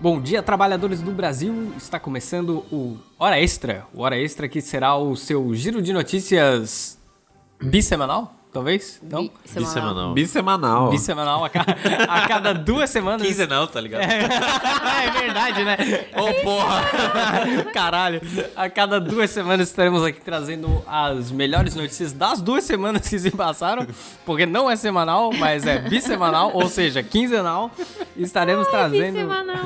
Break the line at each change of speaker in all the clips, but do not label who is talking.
Bom dia, trabalhadores do Brasil. Está começando o Hora Extra. O Hora Extra que será o seu giro de notícias bissemanal, talvez? Não?
Bi- semanal.
Bissemanal.
Bissemanal a, ca- a cada duas semanas.
Quinzenal, tá ligado?
é verdade, né?
Ô, porra!
Caralho. A cada duas semanas estaremos aqui trazendo as melhores notícias das duas semanas que se passaram, porque não é semanal, mas é bissemanal, ou seja, quinzenal. Estaremos trazendo.
Semanal.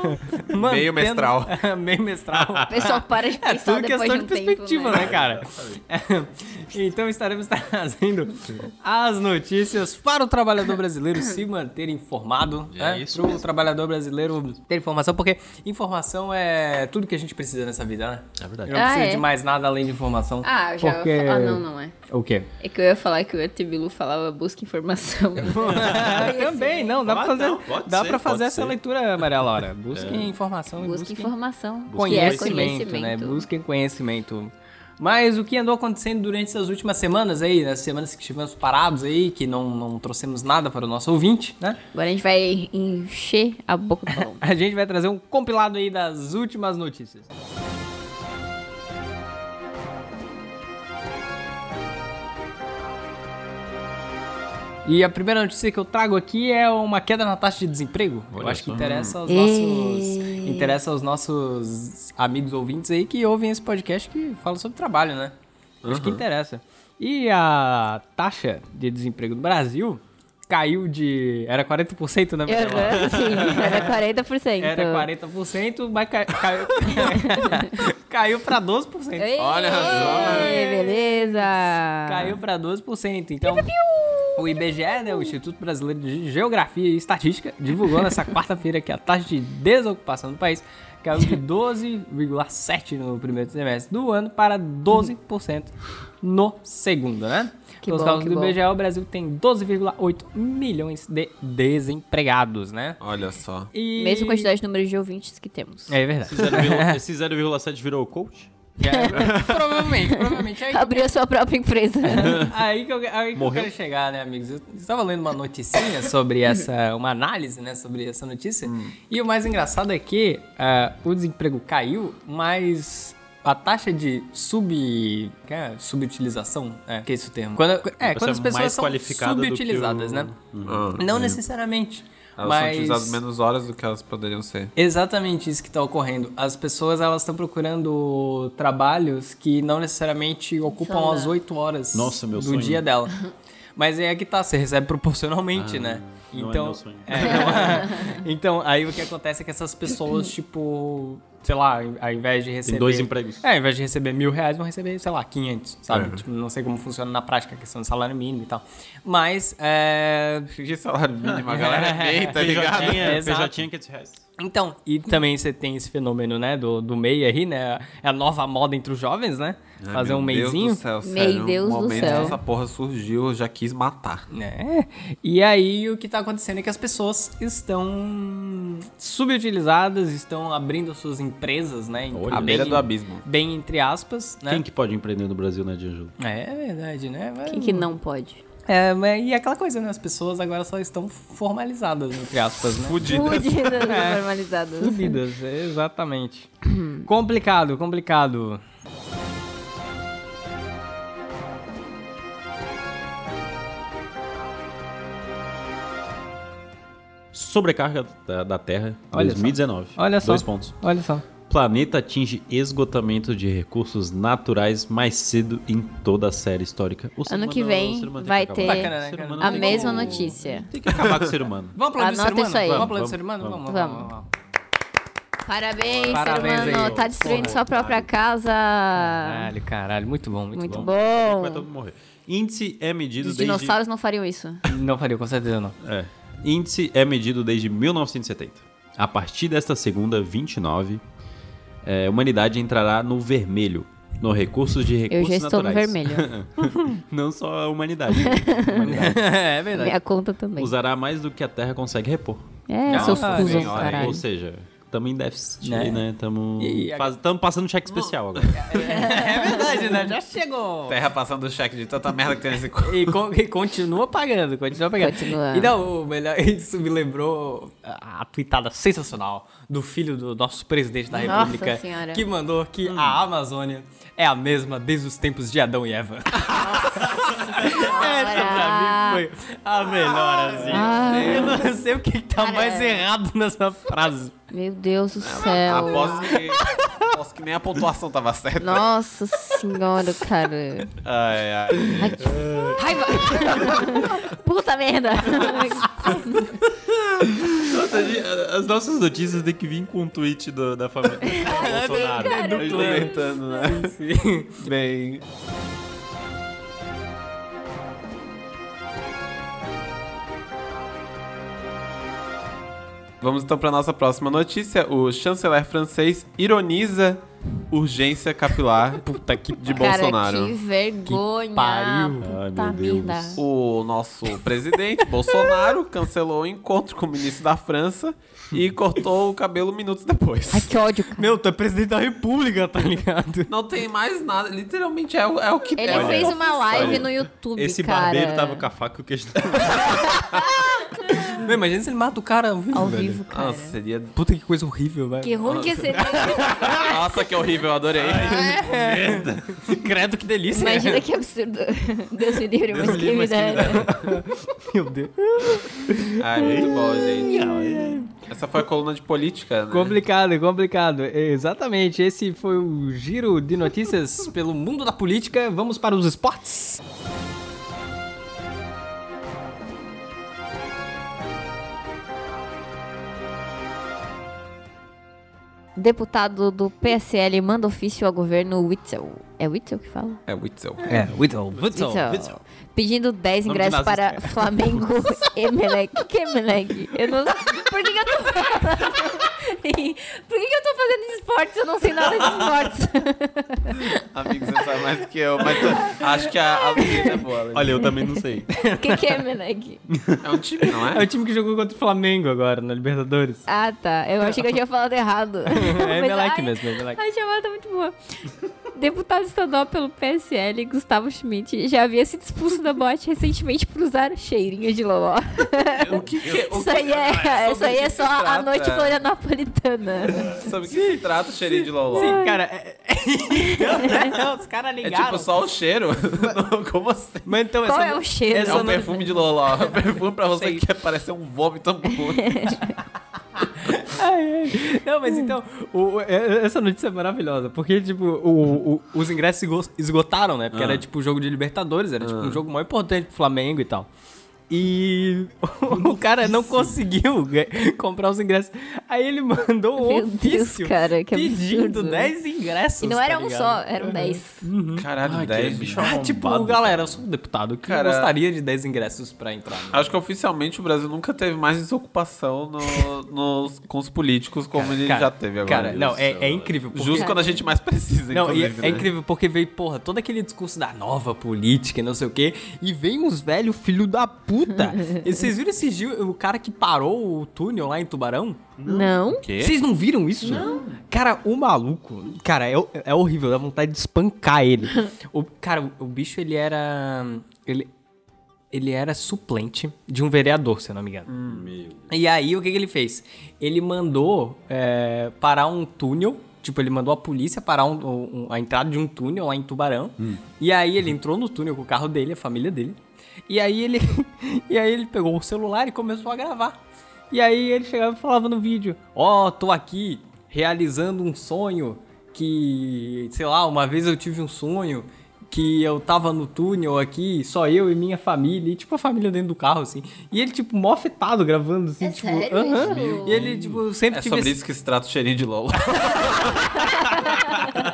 mantendo-
Meio mestral.
Meio mestral.
O pessoal para de
É
pensar
tudo
depois
questão
de
de
um
perspectiva,
tempo,
né, cara? É, então estaremos trazendo as notícias para o trabalhador brasileiro se manter informado.
É
né?
isso
Para o trabalhador brasileiro ter informação, porque informação é tudo que a gente precisa nessa vida, né?
É verdade.
Eu não
Ah,
precisa
é.
de mais nada além de informação.
Ah, eu já
porque...
ia falar. Ah, não, não é.
O quê?
É que eu ia falar que o Etibilu falava busca informação.
Também, não, dá pra
Ah,
fazer,
não, pode
dá
ser,
pra fazer
pode
essa
ser. É.
leitura, Maria Laura. Busquem informação e
busca
busquem
informação. que é
conhecimento, né? Busquem conhecimento. Mas o que andou acontecendo durante essas últimas semanas aí, nas semanas que estivemos parados aí, que não, não trouxemos nada para o nosso ouvinte, né?
Agora a gente vai encher a boca do balão.
A gente vai trazer um compilado aí das últimas notícias. E a primeira notícia que eu trago aqui é uma queda na taxa de desemprego. eu
Olha
acho que
só.
interessa aos,
Ei.
nossos, interessa aos nossos amigos ouvintes aí que ouvem esse podcast que fala sobre trabalho, né? Acho que interessa. E a taxa de desemprego no Brasil caiu de. Era 40%, né? Marcelo?
Aham, Sim, era 40%.
Era 40%, mas cai- caiu, caiu pra 12%.
Ei,
Olha só.
Beleza.
Caiu pra 12%. Então, o IBGE, né, o Instituto Brasileiro de Geografia e Estatística, divulgou nessa quarta-feira que a taxa de desocupação do país caiu de 12,7% no primeiro semestre do ano para 12% no segundo, né?
Que
Pelos
bom,
cálculos
que
do
bom.
IBGE, o Brasil tem 12,8 milhões de desempregados, né?
Olha só.
E...
Mesma quantidade de números de ouvintes que temos.
É verdade.
Esse 0,7 virou coach?
provavelmente, provavelmente. Aí que eu
Abriu a sua própria empresa.
Aí que eu, aí que eu
Morreu?
quero chegar, né, amigos? Eu estava lendo uma noticinha sobre essa. Uma análise, né, sobre essa notícia. E o mais engraçado é que ah, o desemprego caiu, mas. A taxa de sub. que é? Subutilização? É, que é esse o termo. Quando, é, quando as
é
pessoas
mais
são
qualificada do que
subutilizadas,
o-
né?
Ah,
Não necessariamente.
Elas são
mas...
utilizadas menos horas do que elas poderiam ser.
É Exatamente isso que está ocorrendo. As pessoas elas estão procurando trabalhos que não necessariamente ocupam
São
as
da-
8 horas
Nossa, meu
do
sonho.
dia dela. Mas é que tá, você recebe proporcionalmente, né?
não é
Então,
meu sonho.
é, não- então, aí o que acontece é que essas pessoas, tipo, sei lá, ao invés de receber.
dois empregos. Uhum.
É, ao invés de receber mil reais, vão receber, sei lá, 500, sabe?
É.
Tipo, não sei como funciona na prática a questão do salário mínimo e tal. Mas, é,
Que salário mínimo, a galera é bem, tá ligado?
É,
PJ,
exato.
tinha 500 reais.
Então, e também você tem esse fenômeno, né, do, do MEI aí, né? É a nova moda entre os jovens, né?
Ai,
Fazer um
meu Deus do
meizinho.
céu,
Meu
sério,
Deus
um
do
momento
céu.
que essa porra surgiu, eu já quis matar.
né? E aí o que tá acontecendo é que as pessoas estão subutilizadas, estão abrindo as suas empresas, né? em-
Olha.
A
bem-
beira do abismo.
Bem entre aspas, né?
Quem que pode empreender no Brasil, né, D'Angelo?
É verdade, né? Mas-
Quem que não pode?
É, mas- e aquela coisa, né? As pessoas agora só estão formalizadas, entre aspas, né?
Fudidas.
Fudidas,
É.
normalizadas.
Fudidas, exatamente.
Uhum.
complicado, complicado.
Sobrecarga da, da Terra,
Olha só.
2019.
Olha só.
Dois pontos.
Olha só.
Planeta atinge esgotamento de recursos naturais mais cedo em toda a série histórica. O ser
Ano que
humano-
vem
o ser humano tem
vai
que
ter
acabar.
Bacana, né,
O ser
cara?
humano
A
tem
mesma
que-
notícia.
Tem que acabar com o ser humano.
Vamos aplaudir o
Anota
ser humano?
isso aí.
Vamos
Vamos,
aplaudir o ser
vamos,
humano? Vamos, vamos,
vamos.
vamos. vamos.
Parabéns,
Parabéns
ser humano.
aí, ô.
tá destruindo sua própria casa.
Caralho, caralho. Muito bom, muito,
Muito
bom.
Vai todo
bom.
mundo morrer. Índice é medido
Os
desde...
dinossauros não fariam isso.
Não faria, com certeza não.
É. Índice é medido desde 1970. A partir desta segunda, 29, é, a humanidade entrará no vermelho, no recursos de recursos
Eu já estou no
naturais.
vermelho.
Não só a humanidade. né? A humanidade
é verdade.
Minha conta também.
usará mais do que a Terra consegue repor.
É,
Nossa
Ah,
seus cuzão,
senhora,
caralho.
Ou seja, Tamo em déficit,
Né?
né? Tamo,
E- e-
faz- tamo passando cheque especial agora.
É verdade, né? Já chegou.
Terra passando o cheque de tanta merda que tem nesse corpo.
E, con- e continua pagando, continua pagando.
Continua.
E não, o melhor, isso me lembrou a, a tweetada sensacional do filho do nosso presidente da
Nossa
República,
Senhora.
que mandou que a Amazônia é a mesma desde os tempos de Adão e Eva. Essa pra mim foi a melhor, assim. Eu não sei o que, que tá mais errado nessa frase.
Meu Deus do
Ah,
céu.
Aposto que, aposto que nem a pontuação tava certa.
Nossa senhora, cara.
Ai, ai.
Raiva! Puta merda!
Nossa, a gente- as nossas notícias têm que vir com um tweet do- da família Bolsonaro.
A gente tá inventando, né?
Sim.
Bem. Vamos então para nossa próxima notícia. O chanceler francês ironiza urgência capilar
Puta que
de
Cara,
Bolsonaro.
que vergonha.
Que pariu.
Ai,
Puta
meu
merda.
Deus.
O nosso presidente Bolsonaro cancelou o encontro com o ministro da França e cortou o cabelo minutos depois.
Ai, que ódio, cara.
Meu, tu é presidente da República, tá ligado?
Não tem mais nada, literalmente é o, é o que
Ele
é
Olha,
fez uma live
olha,
no YouTube,
Esse
cara.
barbeiro tava com a faca e o queijo
Meu, imagina se ele mata o cara ao vivo,
Ao
velho.
vivo, cara.
Nossa, Ah, seria.
Puta que coisa horrível, velho.
Que ruim que seria.
Nossa, que horrível, adorei.
Ah, é?
Credo, que delícia.
Imagina que absurdo. É. Deus me livre, mas que me dera.
Meu Deus.
Ai, muito bom, gente. Essa foi a coluna de política, né?
Complicado, complicado. É, Exatamente. Esse foi o giro de notícias pelo mundo da política. Vamos para os esportes.
Deputado do PSL manda ofício ao governo Witzel. É Witzel que fala?
É Witzel.
É, Whittle,
Então.
Whittle.
Witzel. Pedindo 10
Nome de
ingressos
nazista.
para Flamengo Emelec. O que é Emelec? Eu não Por que, que eu tô falando? Por que, que eu tô fazendo esportes? Eu não sei nada de esportes.
Amigo, você sabe mais do que eu, mas eu acho que a, a Luísa é boa. Luísa.
Olha, eu também não sei.
O que, que é Emelec?
É um time, não
É
é?
o time que jogou contra o Flamengo agora, na Libertadores.
Ah, tá. Eu achei que eu tinha falado errado.
É Melec
ai,
mesmo, é Melec.
A chamada tá muito boa. Deputado estadual pelo PSL, Gustavo Schmidt, já havia sido expulso da boate recentemente por usar cheirinho de loló.
O que, que- o
Isso aí é, isso aí é só a noite florianapolitana.
Sabe o que se trata o cheirinho de loló?
Sim, cara. é- Os caras
É
ligaram.
tipo só o cheiro? Não, como assim?
Mas então,
Qual
essa-
é o cheiro?
É
essa
um
não-
perfume de loló. É um perfume pra você
Sei.
que quer parecer um vômito ambulante.
Ai, ai. Não, mas então, o- o- é- essa notícia é maravilhosa, porque, tipo, o- o- os ingressos esgo- esgotaram, né? Porque era, tipo, jogo de Libertadores, era, tipo, um jogo mais importante pro Flamengo e tal. E o, cara não conseguiu ga- comprar os ingressos. Aí ele mandou um
Meu Deus,
ofício
cara, que
pedindo
absurdo.
10 ingressos,
E não
tá
era um
ligado?
só, eram 10.
Uhum.
Caralho,
Ai, que
10,
bicho.
bicho.
Ah, tipo,
Arrombado,
galera, eu sou um deputado que
Cara-
gostaria de 10 ingressos pra entrar. né?
Acho que oficialmente o Brasil nunca teve mais desocupação no- nos- com os políticos como ele
Cara,
já teve agora.
Cara, não, é, é incrível. porque-
Justo quando a gente mais precisa,
Não, e é,
inclusive,
é
né?
incrível porque veio, porra, todo aquele discurso da nova política e não sei o quê, e vem uns velho filho da puta. E Vocês viram esse Gil, o cara que parou o túnel lá em Tubarão?
Não?
Vocês não viram isso? Cara, o maluco, cara, é, é horrível, dá vontade de espancar ele. o, cara, o, o bicho, ele era... Ele, ele era suplente de um vereador, se eu não me engano. E aí, o que, que ele fez? Ele mandou é, parar um túnel. Tipo, ele mandou a polícia parar um- um- a entrada de um túnel lá em Tubarão. E aí, ele entrou no túnel com o carro dele, a família dele. E aí, ele, e aí ele pegou o celular e começou a gravar. E aí, ele chegava e falava no vídeo: Ó, tô aqui realizando um sonho que, sei lá, uma vez eu tive um sonho que eu tava no túnel aqui, só eu e minha família, e tipo a família dentro do carro, assim. E ele, tipo, mó afetado gravando, assim,
É
tipo.
sério
aham.
isso?
E ele, tipo, sempre
É
tive.
sobre isso que se trata o cheirinho de loló.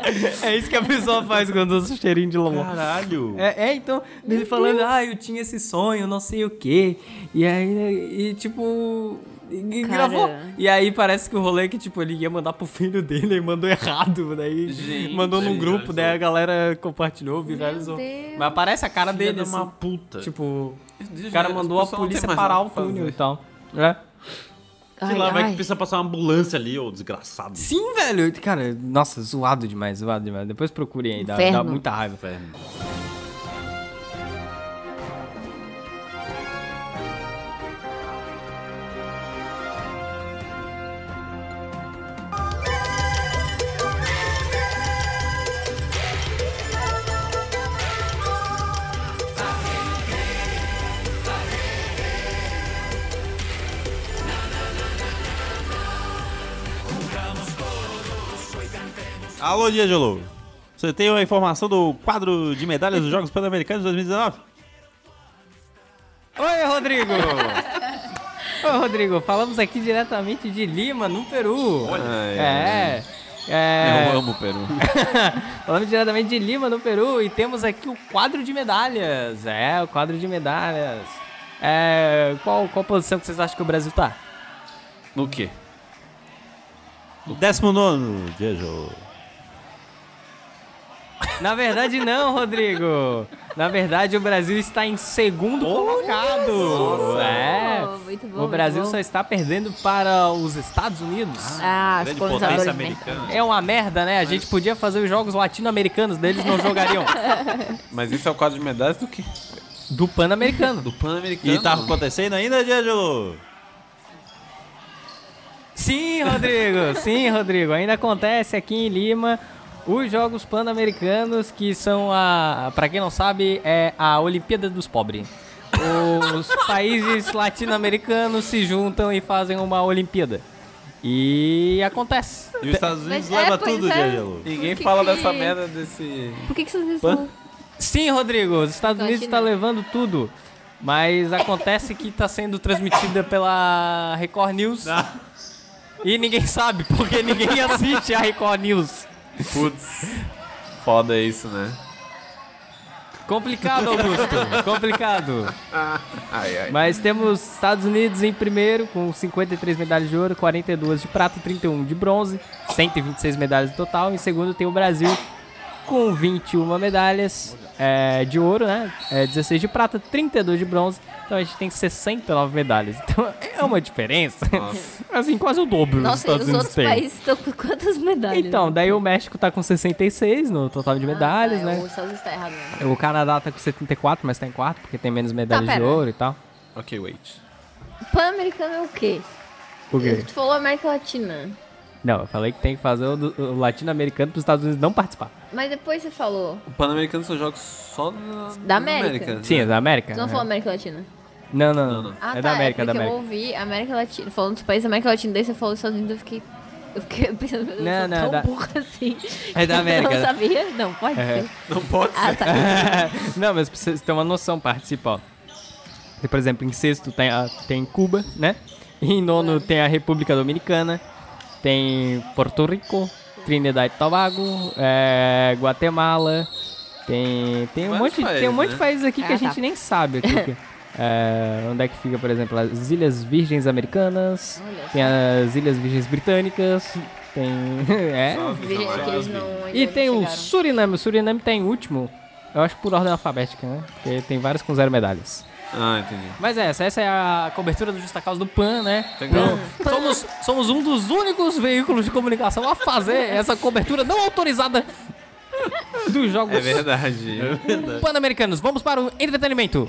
esse- É isso que a pessoa faz quando usa o cheirinho de lomó.
Caralho.
É, é, então, ele falando, ah, eu tinha esse sonho, não sei o quê. E aí, e tipo. E, e
Cara.
gravou. E aí parece que o rolê que, tipo, ele ia mandar pro filho dele e mandou errado. Daí
Gente,
mandou num grupo,
viralizou.
daí a galera compartilhou, viralizou.
Deus.
Mas aparece a cara
Filha
dele,
da uma
assim.
puta.
Tipo, o
As
cara mandou a
pessoas não têm
polícia
mais
parar
nada
o
pra
túnel
fazer.
e tal. É.
Sei
Ai,
lá, vai
ai.
que precisa passar uma ambulância ali, ô desgraçado.
Sim, velho. Cara, nossa, zoado demais, zoado demais. Depois procurem aí, dá, dá
Inferno.
muita raiva.
Inferno. Alô, Diego. Você tem a informação do quadro de medalhas dos Jogos Pan-Americanos de 2019?
Oi, Rodrigo! Ô, Rodrigo, falamos aqui diretamente de Lima, no Peru.
Ai,
é. É.
Eu amo o Peru.
Falamos diretamente de Lima, no Peru, e temos aqui o quadro de medalhas. É, o quadro de medalhas. É, qual, qual posição que vocês acham que o Brasil tá?
No quê?
19, Diego.
Na verdade, não, Rodrigo. Na verdade, o Brasil está em segundo colocado. É.
Oh, muito bom,
O Brasil
muito
só
bom.
está perdendo para os Estados Unidos.
Ah, os
Grande
colonizadores
potência
americanos.
americana.
É uma merda, né? A gente podia fazer os jogos latino-americanos deles, não jogariam.
Mas isso é o quadro de medalhas do quê?
Do pan-americano.
Do Pan-Americano.
E tá acontecendo ainda, Diego?
Sim, Rodrigo. Sim, Rodrigo. Ainda acontece aqui em Lima os Jogos Pan-Americanos, que são a, para quem não sabe, é a Olimpíada dos Pobres. Os países latino-americanos se juntam e fazem uma Olimpíada. E acontece.
E os Estados Unidos
Mas é,
leva
pois
tudo,
é.
Diego.
Ninguém
Por que
fala
que-
dessa merda desse...
Por que, que vocês estão...
Sim, Rodrigo, os Estados Unidos
Continua.
está levando tudo. Mas acontece que está sendo transmitida pela Record News. E ninguém sabe, porque ninguém assiste a Record News.
Putz. Foda isso, né?
Complicado, Augusto. Complicado.
Ah, Ai, ai.
Mas temos Estados Unidos em primeiro, com 53 medalhas de ouro, 42 de prata, 31 de bronze, 126 medalhas no total. Em segundo tem o Brasil, com 21 medalhas é, de ouro, né? É, 16 de prata, 32 de bronze. Então a gente tem 69 medalhas. Então é uma diferença. Assim, quase o dobro dos
Nossa, e
Estados
os
Unidos
outros
tem.
países estão com quantas medalhas?
Então, daí o México tá com 66 no total de medalhas,
Ah,
né?
O Estados Unidos tá errado mesmo.
O Canadá tá com 74, mas tá em quarto, porque tem menos medalhas de
Tá, pera.
ouro e tal.
Ok, wait.
Pan-americano é o quê?
Por quê?
Tu falou América Latina.
Não, eu falei que tem que fazer o, do- o latino-americano pros Estados Unidos não participar.
Mas depois você falou.
O Pan-Americano só joga só na...
Da
na
América.
né?
Sim, é da América.
Tu não
né?
falou América Latina.
não, não, não.
Não, não.
Ah,
é
tá.
da América,
é
é da
porque eu
América.
ouvi América Latina. Falando dos países da América Latina, daí você falou dos Estados Unidos, eu fiquei. Eu fiquei pensando, meu Deus,
Não,
eu sou
não,
tão
da-
burra assim.
É da América.
Eu não sabia? Não, pode
É.
ser.
Não pode
Ah,
ser.
tá.
não, mas pra vocês terem uma noção, participa, ó. E, Por exemplo, em sexto tem, a- tem Cuba, né? E em nono tem a República Dominicana, tem Porto Rico, Trinidad e Tobago, é, Guatemala, tem, tem, um
Vários
monte, tem um
países,
monte de
né?
países aqui que
Ah,
a gente
tá.
nem sabe. aqui que- é, onde é que fica, por exemplo, as Ilhas Virgens Americanas,
Olha
tem as Ilhas Virgens Britânicas, tem... é,
Veja que eles não. ainda
e
não
tem o
chegaram.
Suriname. O Suriname tá em último. Eu acho por ordem alfabética, né? Porque tem vários com zero medalhas.
Ah, entendi.
Mas é essa, essa é a cobertura do Justa Causa do PAN, né?
Legal.
Então, Somos, somos um dos únicos veículos de comunicação a fazer essa cobertura não autorizada dos Jogos
É verdade.
Pan-Americanos. Vamos para o entretenimento.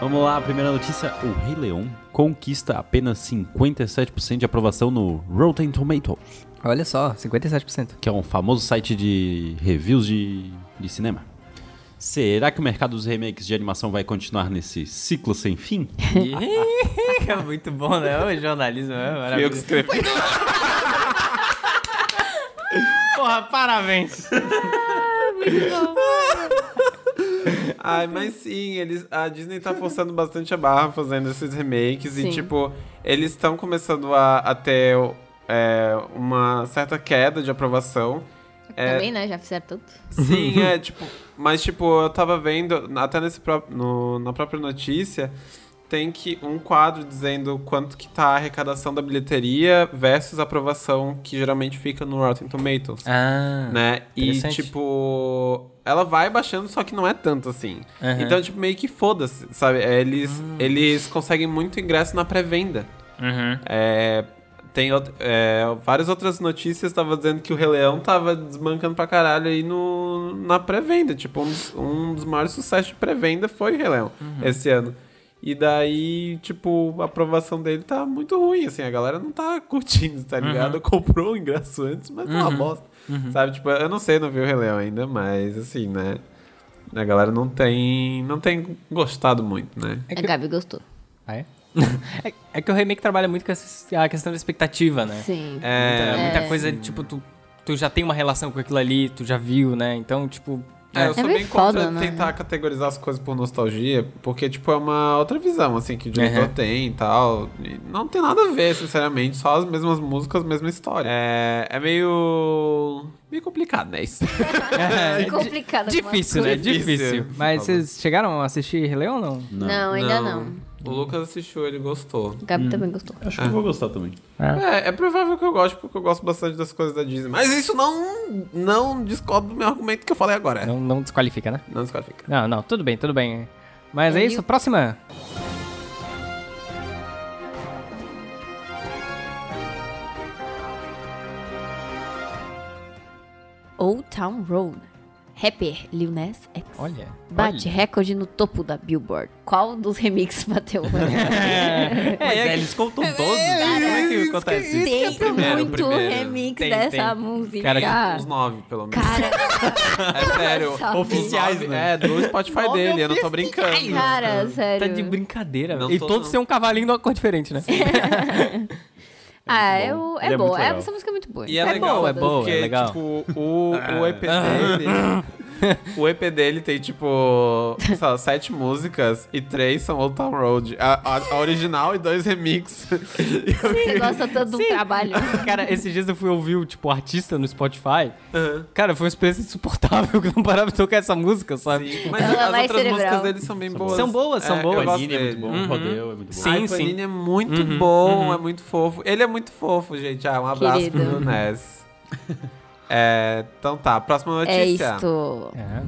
Vamos lá, primeira notícia. O Rei Leão conquista apenas 57% de aprovação no Rotten Tomatoes,
Olha só, 57%.
que é um famoso site de reviews de, de cinema. Será que o mercado dos remakes de animação vai continuar nesse ciclo sem fim?
é muito bom, né? O jornalismo é
Fui eu que
maravilhoso.
escrevi.
Porra, parabéns.
Ai, mas sim, eles, a Disney tá forçando bastante a barra fazendo esses remakes.
Sim.
E, tipo, eles estão começando a, a ter é, uma certa queda de aprovação.
Também, né? Já fizeram tudo.
Sim,
Uhum.
é, tipo. Mas, tipo, eu tava vendo, até nesse pró- no- na própria notícia, tem que um quadro dizendo quanto que tá a arrecadação da bilheteria versus a aprovação que geralmente fica no Rotten Tomatoes.
Ah,
Né? E,
interessante.
tipo, ela vai baixando, só que não é tanto assim.
Aham. Ah.
Então, tipo, meio que foda-se, sabe? É, Eles, eles conseguem muito ingresso na pré-venda.
Uhum.
É, tem out- é, várias outras notícias tava dizendo que o Rei Leão tava desmancando pra caralho aí no, na pré-venda. Tipo, um dos, um dos maiores sucessos de pré-venda foi o Rei Leão esse ano. E daí, tipo, a aprovação dele tá muito ruim, assim. A galera não tá curtindo, tá ligado? Comprou o ingresso antes, mas tá uma bosta. Sabe, tipo, eu não sei, não vi o Rei Leão ainda, mas assim, né? A galera não tem, não tem gostado muito, né?
É
A
que-
Gabi gostou.
Ah, é? É- é que o remake trabalha muito com essa- a questão da expectativa, né?
Sim.
Muita, muita
É.
coisa, tipo, tu, tu já tem uma relação com aquilo ali, tu já viu, né? Então, tipo.
É, eu
é.
sou
bem
bem contra
foda, né?
tentar categorizar as coisas por nostalgia, porque, tipo, é uma outra visão, assim, que o diretor
Uhum.
tem e tal. E não tem nada a ver, sinceramente, só as mesmas músicas, a mesma história. É, é meio... meio complicado, né, isso?
É complicado.
di-
algumas
Difícil, né?
coisas.
Difícil.
Difícil.
Mas vocês chegaram a assistir Rei Leão ou né? não? Hum.
Não, ainda não.
O Lucas assistiu, ele gostou.
O Gabi também gostou.
Acho que eu vou gostar também.
É, é provável que eu goste, porque eu gosto bastante das coisas da Disney. Mas isso não, não discorda do meu argumento que eu falei agora. Não,
Não, não desqualifica, né?
não desqualifica.
Não, não, tudo bem, tudo bem. Mas é
Eu-
isso, próxima.
Old Town Road. Rapper Lil Nas X.
Olha.
Bate
olha.
recorde no topo da Billboard. Qual dos remixes bateu?
É, é, que-
eles contam todos.
é isso que-
acontece?
Tem
primeiro,
muito
primeiro.
remix
Tem,
dessa
tem.
música.
Cara,
Uns nove, pelo menos.
Cara,
é sério.
Nossa.
Oficiais,
Nove-
né?
É, do Spotify
Nove
dele, eu não tô brincando.
cara, sério.
Tá de brincadeira,
Não
velho. E
tô,
todos
não.
têm um cavalinho de uma cor diferente, né?
Ah, eu, é
Ele é muito
boa. É,
legal.
essa música é muito boa.
E é,
Tá
legal,
boa, é
foda-se.
boa,
porque,
é legal.
tipo, o, o EP dele... o EP dele tem, tipo, sei lá, sete músicas e três são Old Town Road. A, a- a original e dois remix. E eu-
Você gosta tanto do um trabalho.
Cara, esses dias eu fui ouvir o tipo artista no Spotify. Cara, foi uma experiência insuportável que eu não parava de tocar essa música, sabe?
Sim, mas
Ela
as
vai
outras
cerebral.
músicas dele são bem boas.
São boas, são
É,
boas.
Eu gosto
Panini é muito
dele.
bom,
Uhum.
Rodeo é muito bom.
Sim.
Ai, Panini é muito bom, é muito fofo. Ele é muito fofo, gente. Ah, um abraço
Querido.
pro Ness. É, então tá, próxima notícia.
É isto.
É.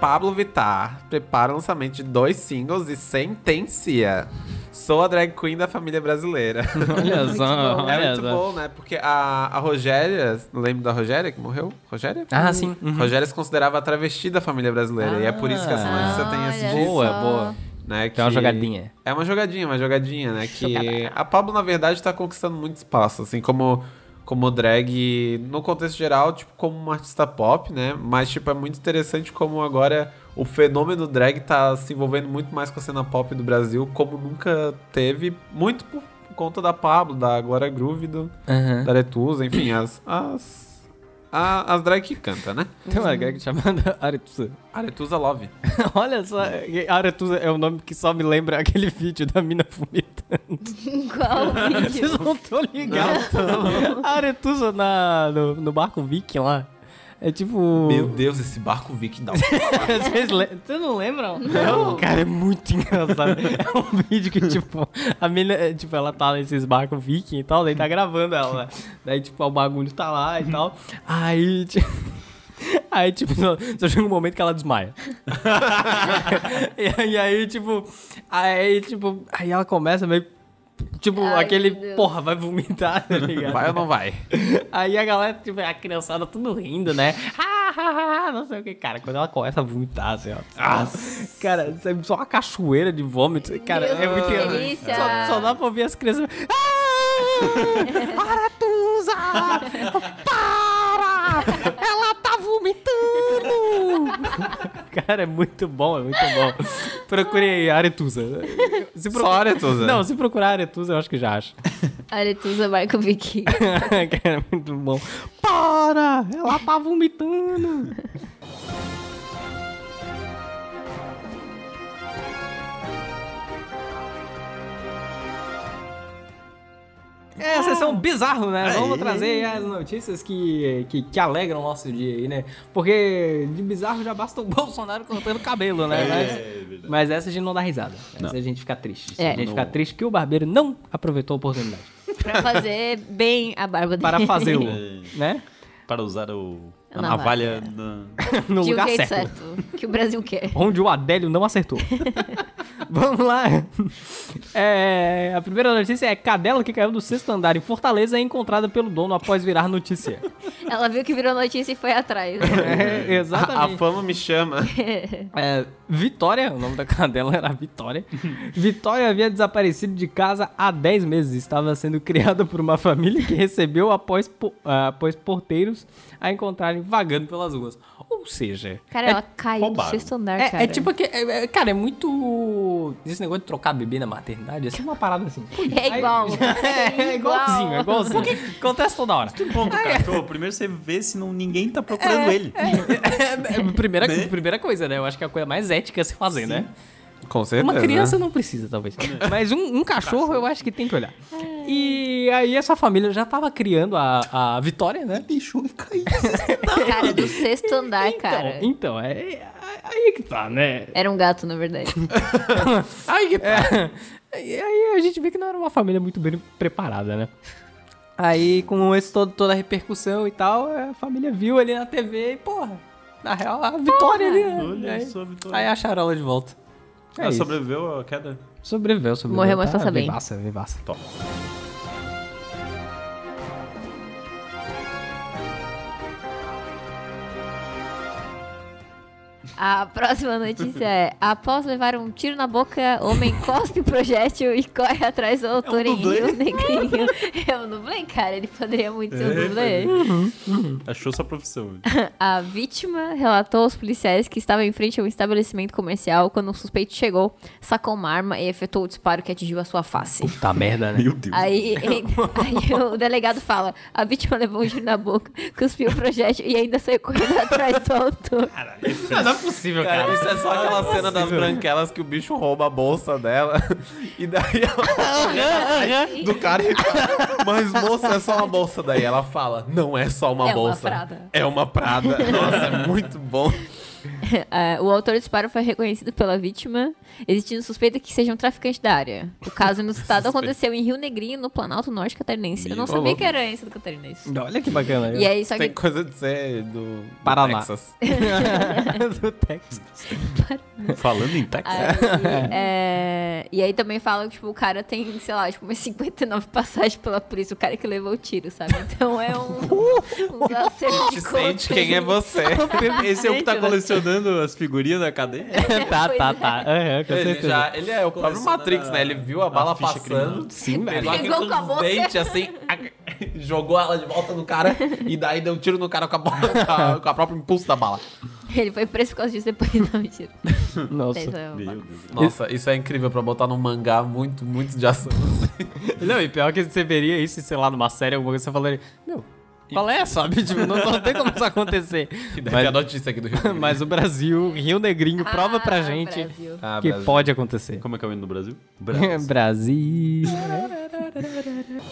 Pablo Vittar prepara o lançamento de dois singles e sentencia. Sou a drag queen da família brasileira.
Olha só,
bom.
É
olha
muito
só.
bom, né? Porque a, a Rogéria, lembra da Rogéria que morreu? Rogéria?
Ah, sim. Uhum.
Rogéria se considerava a travesti da família brasileira. e é por isso que essa
Ah.
notícia tem esse
Olha
disco,
Boa,
só.
boa.
né?
Tem uma
que-
jogadinha.
É uma jogadinha, uma jogadinha, né? Que a Pablo, na verdade, tá conquistando muito espaço, assim, como, como drag, no contexto geral, tipo, como uma artista pop, né? Mas, tipo, é muito interessante como agora o fenômeno drag tá se envolvendo muito mais com a cena pop do Brasil, como nunca teve, muito por conta da Pablo, da Glória Groove, do,
Aham.
da Aretusa, enfim, as, as, a- as drag que canta, né?
Tem uma drag chamada Aretusa.
Aretusa Love.
Olha só, Aretusa é o nome que só me lembra aquele vídeo da mina vomitando.
Qual o vídeo?
Vocês não estão ligados. A Aretusa na, no, no barco viking lá. É tipo...
Meu Deus, esse barco Vic dá um
Vocês le- Vocês não lembram? Não. Cara, é muito engraçado. É um vídeo que, tipo, a mina, é, tipo, ela tá nesses barcos viking e tal, daí tá gravando ela. né? Daí, tipo, o bagulho tá lá e tal. Aí, tipo... Aí, tipo, só, só chega um momento que ela desmaia. e, e aí, tipo... Aí, tipo... Aí ela começa meio... Tipo,
Ai, meu
aquele...
Deus.
Porra, vai vomitar, tá ligado?
Vai ou não vai?
Aí a galera, tipo, a criançada tudo rindo, né? Ha, ha, ha, não sei o que, cara. Quando ela começa a vomitar, assim, ó. Ah, cara, sabe, só uma cachoeira de vômito. Cara,
Meu
é muito
Deus,
engraçado.
delícia.
Só, só dá pra ouvir as crianças. Ah, Aratusa! Para! Ela tá vomitando! Cara, é muito bom, é muito bom. Procure aí, Aretusa. Se procu-
Só Aretusa.
Não, se procurar Aretusa, eu acho que já acha.
Aretusa Michael Vick.
Cara, muito bom. Para! Ela tá vomitando! Então, bizarro, né?
Aí.
Vamos trazer as notícias que, que, que alegram o nosso dia aí, né? Porque de bizarro já basta o Bolsonaro cortando cabelo, né? Mas- mas, essa a gente não dá risada. Essa a gente fica triste.
É.
A gente
Não.
fica triste que o barbeiro não aproveitou a oportunidade
Pra fazer bem a barba dele.
para fazê-lo,
É.
né?
Para usar o, a
Na
navalha da-
No
De um
lugar
jeito
certo.
certo. Que o Brasil quer.
Onde o Adélio não acertou. Vamos lá. É, a primeira notícia é cadela que caiu do sexto andar em Fortaleza é encontrada pelo dono após virar notícia.
Ela viu que virou notícia e foi atrás.
É,
A,
exatamente.
a fama me chama.
É, Vitória, o nome da cadela era Vitória. Vitória havia desaparecido de casa há 10 meses. Estava sendo criada por uma família que recebeu após, po- ah, após porteiros a encontrarem vagando pelas ruas. Ou seja,
Cara,
é,
ela caiu do
roubaram.
sexto andar,
é-
cara.
é tipo que. é- é- cara, é muito. Esse negócio de trocar bebê na maternidade, assim, é uma parada assim.
É igual.
É, é igualzinho, é igualzinho. Acontece toda hora.
Bom, do cachorro, primeiro você vê se não, ninguém tá procurando ele.
É, primeira, primeira coisa, né? Eu acho que é a coisa mais ética a se fazer, né?
Com certeza.
Uma criança não precisa, talvez. Mas um, um cachorro eu acho que tem que olhar. E aí essa família já tava criando a, a Vitória, né?
Deixou ele cair.
Cara, do sexto andar, cara.
Então, então é, é- aí que tá, né?
Era um gato, na verdade.
Aí que tá. E aí a gente vê que não era uma família muito bem preparada, né? Aí, com esse todo, toda a repercussão e tal, a família viu ali na TV e, porra, na real, a vitória ali, né?
Olha
aí,
só, Vitória.
aí acharam ela de volta. É
Ela
isso.
Ah, sobreviveu à queda.
Sobreviveu, sobreviveu.
Morreu, mas
tá
passa bem.
Vivaça, vivaça.
Top.
A próxima notícia é: após levar um tiro na boca, homem cospe projétil e corre atrás do autor em
É um dublê?
Rio Negrinho. É um dublê, cara. Ele poderia muito ser um
É,
dublê.
Achou sua profissão.
A vítima relatou aos policiais que estava em frente a um estabelecimento comercial quando um suspeito chegou, sacou uma arma e efetuou o disparo que atingiu a sua face.
Puta merda, né?
Meu Deus.
Aí, ele- aí o delegado fala: a vítima levou um tiro na boca, cuspiu o projétil e ainda saiu correndo atrás do autor.
Não, é possível,
Cara, isso é só aquela cena das branquelas que o bicho rouba a bolsa dela e daí ela. do cara e fala, Mas moça, é só uma bolsa. Daí ela fala: Não é só uma
É uma
bolsa.
Prada."
É uma prada. Nossa, é muito bom.
Ah, o autor do disparo foi reconhecido pela vítima, existindo suspeita que seja um traficante da área. O caso inusitado aconteceu em Rio Negrinho, no Planalto Norte Catarinense. Eu não
Ô,
sabia
louco.
que era isso do Catarinense.
Olha que bacana.
E é, aí, só que
Tem coisa de ser do. do
Paraná.
Texas.
Do Texas.
Falando em Texas.
Aí, é, e aí também falam que, tipo, o cara tem, sei lá, tipo, umas 59 passagens pela polícia, o cara é que levou o tiro, sabe? Então é um, um acerto
Te
de
sente
conta.
quem é você.
Esse é o que tá
Gente, né?
colecionando as figurinhas da cadeia?
tá,
Pois
tá,
é.
tá. Aham, com
Ele,
certeza.
já, ele é o próprio
Coleciona
Matrix, né? Ele viu a bala
ficha
passando.
criminal.
Sim, velho.
Pegou
Pegou
aquele
com a boca.
dente assim, jogou ela de volta no cara e daí deu um tiro no cara com a, bola, com a, com a própria impulso da bala.
Ele foi preso por causa disso depois de dar um tiro. Isso
Nossa.
é uma-
Meu Deus.
Nossa, isso é incrível pra botar num mangá muito, muito de ação.
Não, e pior que você veria isso, sei lá, numa série, alguma coisa, você falaria, meu, qual é, sabe? Tipo, não, não tem como isso acontecer.
E daí tem a
Mas,
notícia aqui do Rio. Grande.
mas o Brasil, Rio Negrinho, prova pra
Ah,
gente
Brasil.
Ah,
que
Brasil.
pode acontecer.
Como é que é o hino do Brasil?
é? Brasil.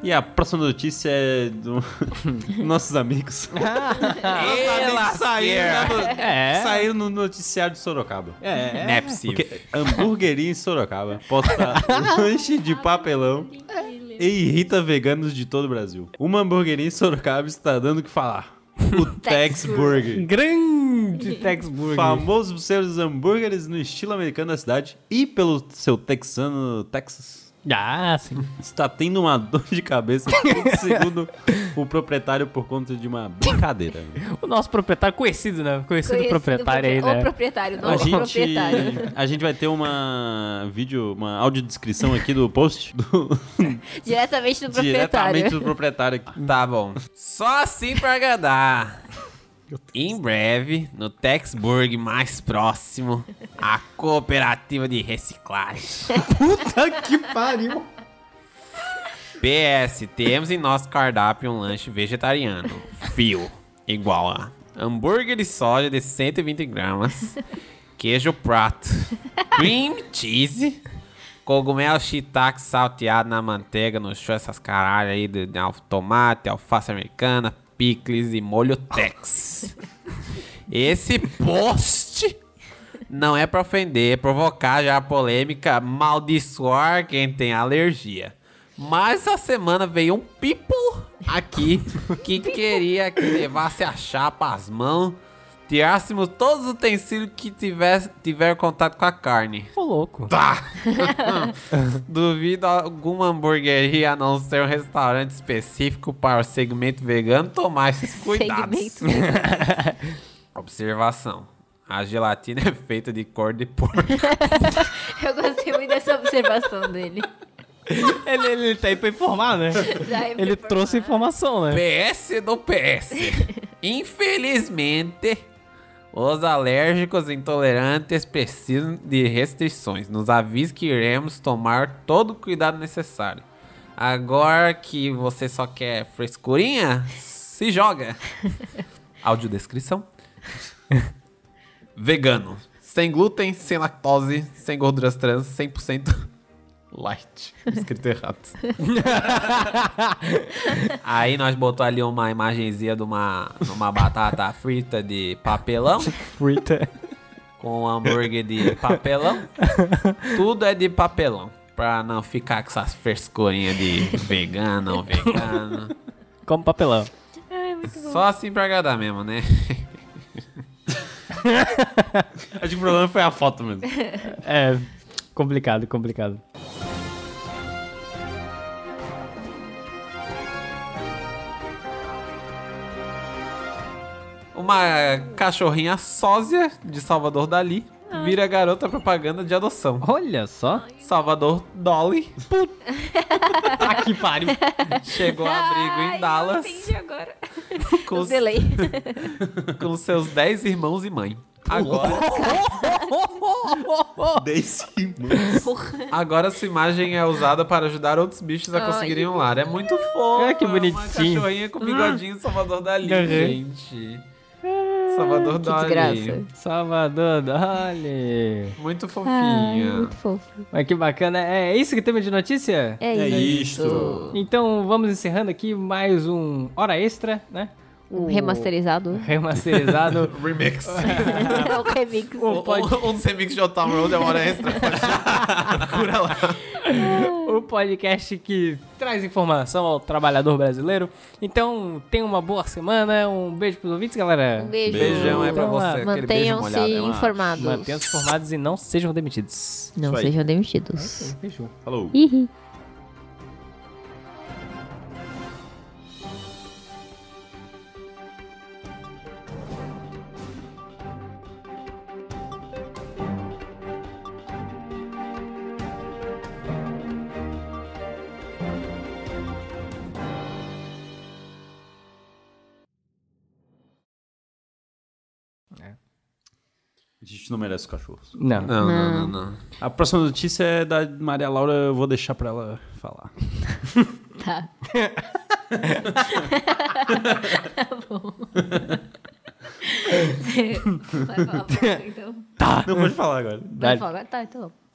E a próxima notícia é do nossos amigos.
Ela
Saíram, na no-
É.
saíram no noticiário de Sorocaba.
É. Não é possível.
Porque hamburgueria em Sorocaba posta lanche de papelão e irrita veganos de todo o Brasil. Uma hamburgueria em Sorocaba está dando o que falar. O Tex Burger.
Grande Texburg.
Famoso por seus hambúrgueres no estilo americano da cidade e pelo seu texano Texas.
Ah, sim.
Está tendo uma dor de cabeça, um segundo o proprietário, por conta de uma brincadeira. né?
O nosso proprietário, conhecido, né? Conhecido,
Conhecido
proprietário aí,
propri-
né?
O proprietário, não
A
o
gente,
proprietário.
a gente vai ter uma vídeo, uma audiodescrição aqui do post do,
Diretamente do proprietário.
diretamente do proprietário aqui.
Tá bom. Só assim pra agradar. Em breve, no Texburg mais próximo, a cooperativa de reciclagem.
Puta que pariu!
PS, temos em nosso cardápio um lanche vegetariano. Fio. Igual a hambúrguer de soja de 120 gramas, queijo prato, cream cheese, cogumelo shiitake salteado na manteiga, no show, essas caralho aí de, de alf- tomate, alface americana, picles e molho tex. Esse post não é pra ofender, é provocar já a polêmica, maldiçoar quem tem alergia. Mas essa semana veio um people aqui que queria que levasse a chapa às mãos, tirássemos todos os utensílios que tivesse, tiver contato com a carne.
Ô, louco.
Duvido alguma hamburgueria, a não ser um restaurante específico para o segmento vegano, tomar esses cuidados.
Segmento mesmo.
Observação. A gelatina é feita de cor de porco.
Eu gostei muito dessa observação dele.
ele, ele tá aí pra informar, né?
Daí me
Ele
formar.
trouxe informação, né?
PS do PS. Infelizmente, os alérgicos intolerantes precisam de restrições. Nos avise que iremos tomar todo o cuidado necessário. Agora que você só quer frescurinha, se joga. Audiodescrição. Vegano. Sem glúten, sem lactose, sem gorduras trans, 100% light. Escrito errado. Aí nós botou ali uma imagenzinha de uma, de uma batata frita de papelão
Frita.
com um hambúrguer de papelão. Tudo é de papelão. Pra não ficar com essas frescurinhas de vegano, não vegano.
Como papelão.
Ai, muito bom.
Só assim pra agradar mesmo, né?
Acho que o problema foi a foto mesmo.
É, complicado, complicado.
Uma cachorrinha sósia de Salvador Dali
Ah.
vira garota propaganda de adoção.
Olha só.
Salvador Dolly
Ah, que pariu.
chegou a abrigo
Ai,
em Dallas
Eu entendi agora.
com,
O
os-
delay.
com seus 10 irmãos e mãe. Agora
Desse
Agora sua imagem é usada para ajudar outros bichos a
Ai.
conseguirem um lar. É muito fofo.
Ah, que
Uma
bonitinho.
cachorrinha com bigodinho
Ah.
Salvador Dali,
Aham.
gente. Salvador
Que
Dali.
desgraça.
Salvador, olha.
Muito
Ai,
fofinha.
muito fofo.
Mas que bacana. É isso que temos de notícia?
É,
É
isso.
isto.
Então vamos encerrando aqui mais um Hora Extra, né?
Um Remasterizado.
Remasterizado.
Remix.
É o remix.
O pod-
Um dos remixes de Otam Road é uma hora extra. Cura lá.
o podcast que traz informação ao trabalhador brasileiro. Então, tenha uma boa semana. Um beijo pros ouvintes, galera.
Um beijo.
Beijão aí pra
Então,
você. aquele beijo
Mantenham-se
molhado, é uma-
informados.
Mantenham-se informados e não sejam demitidos.
Não
Isso aí.
sejam demitidos.
Beijo.
Falou.
Ih.
A gente não merece cachorros.
Não.
Não, não, não, não.
A próxima notícia é da Maria Laura, eu vou deixar pra ela falar.
Tá. tá bom. Vai falar pra você, então.
Não pode falar agora.
Vai falar agora? Tá, então.